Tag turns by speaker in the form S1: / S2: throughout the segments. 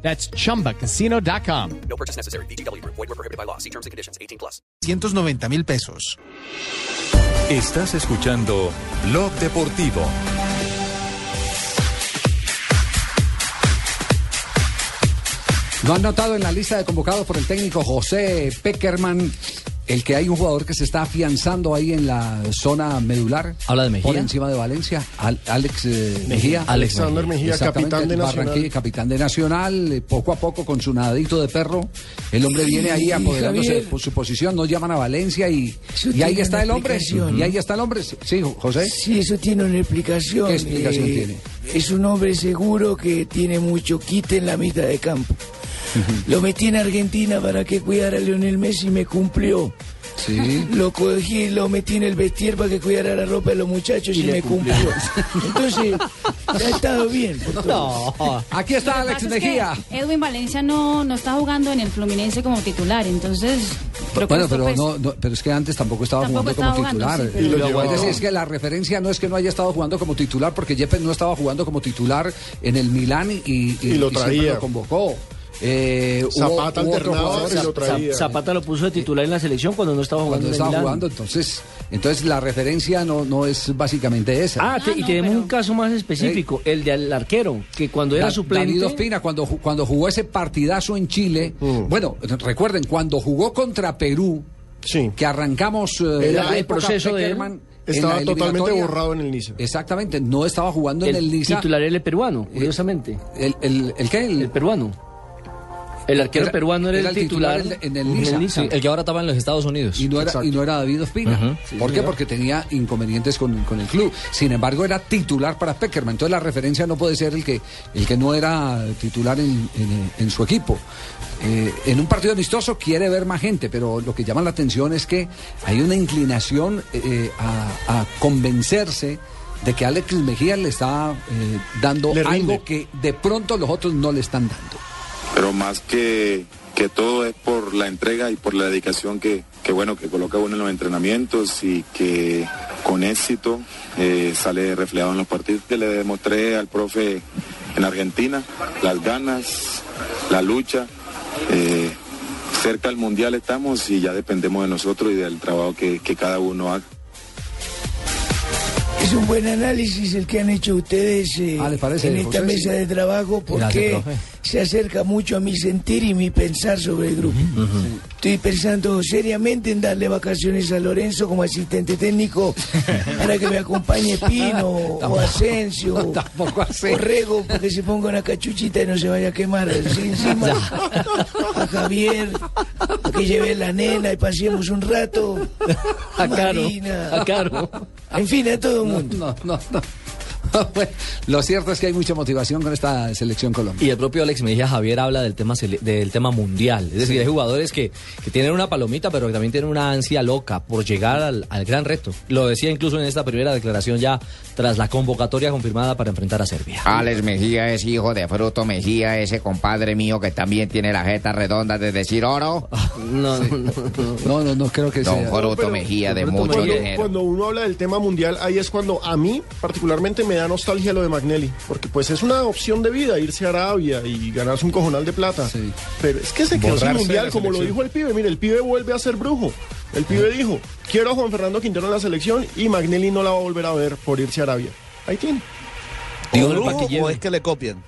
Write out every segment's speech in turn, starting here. S1: That's chumbacasino.com.
S2: No purchase necessary. BGW. Void were prohibited by law. See terms and conditions. 18 plus.
S3: 190 mil pesos.
S4: Estás escuchando Blog Deportivo.
S5: ¿No han notado en la lista de convocados por el técnico José Peckerman el que hay un jugador que se está afianzando ahí en la zona medular?
S6: ¿Habla de Mejía?
S5: Por encima de Valencia, Al- Alex eh, Mejía.
S6: Alexander
S5: Mejía, capitán de Nacional. Capitán de Nacional, eh, poco a poco con su nadadito de perro, el hombre viene ahí apoderándose de po- su posición, nos llaman a Valencia y,
S7: Eso
S5: y ahí
S7: tiene
S5: está
S7: una
S5: el hombre.
S7: explicación.
S5: Y ahí está el hombre. Sí, José.
S7: Sí, eso tiene una explicación. Eh,
S5: ¿Qué explicación tiene?
S7: Es un hombre seguro que tiene mucho quite en la mitad de campo. Lo metí en Argentina para que cuidara a Lionel Messi y me cumplió.
S5: Sí.
S7: Lo cogí y lo metí en el vestir para que cuidara la ropa de los muchachos y, me cumplió. Entonces, ha estado bien. por todo.
S5: Aquí está Alex
S8: Lo que pasa es
S5: Mejía.
S8: que Edwin Valencia no, no está jugando en el Fluminense como titular, entonces. creo que
S5: Bueno,
S8: esto,
S5: pero,
S8: pues,
S5: no, no, pero es que antes tampoco estaba
S8: Tampoco
S5: jugando como
S8: estaba jugando,
S5: titular.
S8: sí, Y
S5: Es decir, es que la referencia no es que no haya estado jugando como titular, porque Yepes no estaba jugando como titular en el Milán y, y-
S9: Y lo
S5: y siempre
S9: traía.
S5: lo convocó. Eh, hubo-
S9: Zapata
S5: hubo otro
S9: alternaba
S5: jugador
S9: y
S5: Zap-
S9: lo traía.
S5: Zap-
S6: Zapata lo puso de titular en la selección cuando no estaba jugando.
S5: cuando
S6: en
S5: estaba
S6: Milán.
S5: jugando, entonces, entonces la referencia no, no es básicamente esa.
S6: Ah, te- y
S8: no,
S6: tenemos
S8: pero-
S6: un caso más específico, el del arquero, que cuando era
S5: Eh, Da-
S6: suplente.
S5: David Ospina, cuando, ju- cuando jugó ese partidazo en Chile,
S9: Mm.
S5: bueno, recuerden, cuando jugó contra Perú,
S9: Sí.
S5: que arrancamos eh,
S9: Era
S5: la
S9: el
S5: época
S6: proceso de él.
S5: Peckerman, en la
S9: Estaba totalmente
S5: eliminatoria.
S9: borrado en el Niza.
S5: Exactamente, no estaba jugando
S6: el,
S5: en el Niza. Eh,
S6: titular era el peruano, curiosamente.
S5: ¿El, el, el qué? El-
S6: El peruano. El arquero
S5: Era-
S6: peruano era,
S5: era
S6: el
S5: el
S6: titular,
S5: titular en- en el Niza. Sí, el
S6: que ahora estaba en los Estados Unidos.
S5: y, no era, y no era David Ospina. ¿Por qué? Porque tenía inconvenientes con, con el club. Sin embargo, era titular para Peckerman. Entonces la referencia no puede ser el que, el que no era titular en, en- en su equipo. Eh, en un partido amistoso quiere ver más gente, pero lo que llama la atención es que hay una inclinación eh, a, a convencerse de que Alex Mejía le está eh, dando
S9: Le rinde.
S5: algo que de pronto los otros no le están dando.
S10: pero más que, que todo es por la entrega y por la dedicación que, que bueno que coloca uno en los entrenamientos y que con éxito eh, sale reflejado en los partidos que le demostré al profe en Argentina las ganas la lucha eh, cerca al mundial estamos y ya dependemos de nosotros y del trabajo que, que cada uno haga
S7: Es un buen análisis el que han hecho ustedes eh,
S5: Ah, ¿le parece,
S7: en esta
S5: José?
S7: mesa de trabajo porque
S5: Gracias, profe.
S7: se acerca mucho a mi sentir y mi pensar sobre el grupo. Estoy pensando seriamente en darle vacaciones a Lorenzo como asistente técnico para que me acompañe Pino o Asensio o-
S5: tampoco así.
S7: o Rego para que se ponga una cachuchita y no se vaya a quemar así encima. A Javier, para que lleve la nena y pasemos un rato.
S6: A Caro.
S7: Marina.
S6: A Caro.
S7: En fin, a todo el mundo.
S5: No, no, no. Bueno, Lo cierto es que hay mucha motivación con esta selección Colombia.
S11: Y el propio Alex Mejía Javier habla del tema, sele- del tema mundial. Es decir, hay jugadores que, que tienen una palomita, pero que también tienen una ansia loca por llegar al, al gran reto. Lo decía incluso en esta primera declaración ya tras la convocatoria confirmada para enfrentar a Serbia.
S12: Alex Mejía es hijo de Fruto Mejía, ese compadre mío que también tiene la jeta redonda de decir oro.
S6: No, no, no.
S5: No, no, no creo que
S12: Don
S5: sea.
S12: Fruto
S9: Pero
S12: Mejía de
S6: Fruto
S12: mucho
S9: Cuando,
S12: dinero.
S9: cuando uno habla del tema mundial, ahí es cuando a mí particularmente me da nostalgia lo de Magnelli, porque pues es una opción de vida irse a Arabia y ganarse un cojonal de plata.
S5: Sí.
S9: Pero es que se quedó
S3: Borrarse
S9: sin
S3: de
S9: mundial,
S3: la
S9: como lo
S3: selección.
S9: dijo el pibe, mire, el pibe vuelve a ser brujo. El pibe dijo, quiero a Juan Fernando Quintero en la selección y Magnelli no la va a volver a ver por irse a Arabia. Ahí tiene.
S11: Digo, el
S3: ¿O
S11: patillero.
S3: o es que le copian?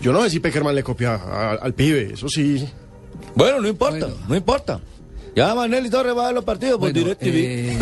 S9: Yo no sé si Peckerman le copia a- al pibe, eso sí.
S3: Bueno, no importa,
S5: Bueno.
S3: no importa. Ya Manel y Torres va a dar los partidos por
S5: Bueno,
S3: DirecTV.
S5: eh,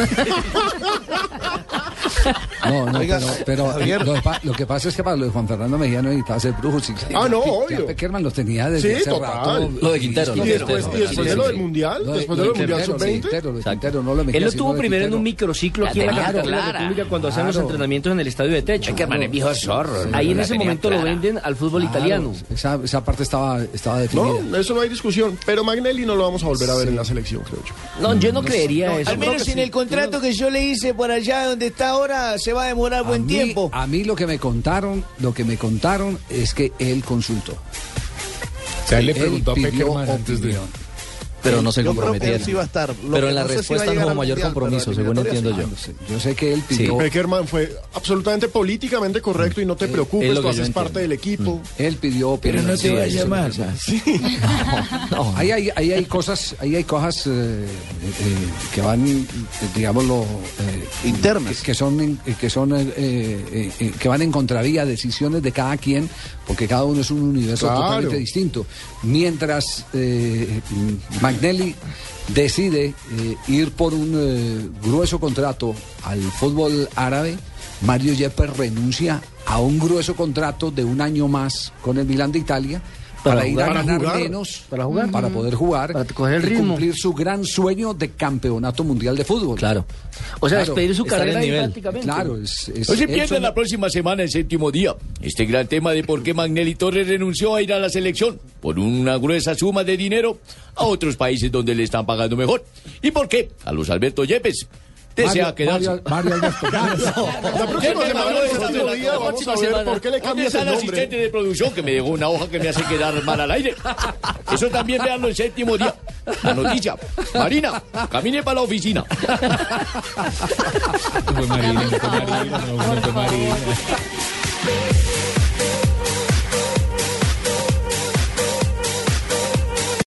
S5: No, no,
S9: Oiga,
S5: pero- pero,
S9: Javier.
S5: lo, que pa- lo que pasa es que para lo de Juan Fernando Mejía no necesitaba ser brujo. sí, sí.
S9: Ah, no,
S5: Ya
S9: obvio.
S5: Peckerman los tenía desde
S9: Sí,
S5: hace
S9: total.
S5: rato.
S9: Lo de Quintero,
S5: Sí,
S9: lo de Quintero. Y después de lo del
S5: sí.
S9: Mundial,
S5: Lo
S9: después de lo del Mundial
S5: Quintero,
S9: sub-veinte.
S5: sí, Quintero, lo de Quintero, no lo de
S13: Él
S5: Mejía,
S13: lo
S5: sino
S13: estuvo
S5: de
S13: primero en
S5: Quintero.
S13: un microciclo
S7: Ah,
S5: La
S13: aquí en la
S5: tenía
S13: capital de la
S5: clara.
S13: República cuando hacían los
S5: Claro.
S13: entrenamientos en el estadio de techo.
S5: Peckerman es viejo zorro,
S13: Ahí
S5: ¿no?
S13: en
S5: La
S13: ese
S5: tenía
S13: momento lo
S5: clara.
S13: venden al fútbol
S5: Claro,
S13: italiano.
S5: Esa, esa parte estaba, estaba definida.
S9: No, eso no hay discusión. Pero Magnelli no lo vamos a volver a ver en la selección, creo yo.
S13: No, yo no
S9: creería eso.
S7: Al menos en el contrato que yo le hice por allá donde está ahora, se va a demorar buen
S5: mí-
S7: tiempo.
S5: A mí lo que me contaron, lo que me contaron es que él consultó.
S14: O sea, él le
S5: Él
S14: preguntó a
S5: pidió
S14: Peckerman
S5: Marantini.
S14: antes de.
S11: Pero no se
S5: Yo creo que él
S11: comprometieron.
S5: sí va a estar. Lo
S11: Pero
S5: que
S11: en la
S5: no sé si va a
S11: respuesta
S5: llegar
S11: no hubo
S5: al
S11: mayor
S5: Mundial, pero
S11: compromiso,
S5: la
S11: según
S5: eliminatoria
S11: entiendo
S5: sí.
S11: yo.
S5: Ah, no sé. Yo sé que él pidió.
S9: Peckerman fue absolutamente políticamente correcto y no te preocupes,
S5: Eh, es lo
S9: tú
S5: que yo Mm.
S9: haces parte del equipo.
S5: Él pidió
S9: Pero no te ah, va a llamar.
S5: No, ahí hay, ahí hay cosas, ahí hay cosas eh, eh, que van, eh, digámoslo, internas, que, que son, en- eh, que son, eh, eh, eh, que van en contravía a decisiones de cada quien, porque cada uno es un universo
S9: Claro.
S5: totalmente distinto. Mientras eh, mm, Magnelli decide eh, ir por un eh, grueso contrato al fútbol árabe, Mario Yepes renuncia a un grueso contrato de un año más con el Milan de Italia para, ir a ganar menos
S13: Para jugar. Mm.
S5: para poder jugar
S13: Para coger el
S5: y
S13: ritmo.
S5: cumplir su gran sueño de campeonato mundial de fútbol. Claro.
S13: O sea, despedir su carrera ahí prácticamente.
S5: Claro, es, es-
S15: No se
S5: eso
S15: pierdan
S5: no-
S15: la próxima semana, el séptimo día, este gran tema de por qué Magnelli Torres renunció a ir a la selección por una gruesa suma de dinero a otros países donde le están pagando mejor. ¿Y por qué a los Alberto Yepes desea
S5: Mario-
S15: quedarse?
S5: Mario- Mario Alberto.
S9: La próxima
S15: Yepes,
S9: semana,
S15: Mario
S9: el
S15: Alberto,
S9: séptimo
S15: la-
S9: día,
S15: la
S9: vamos
S15: próxima
S9: a ver
S15: semana.
S9: por qué le
S15: ¿Dónde
S9: cambias
S15: está
S9: el nombre?
S15: asistente de producción que me dejó una hoja que me hace quedar mal al aire? Eso también veanlo el séptimo día. La noticia. Marina, camine para la oficina.
S14: Fue Marina, fue Marina, no, fue Marina.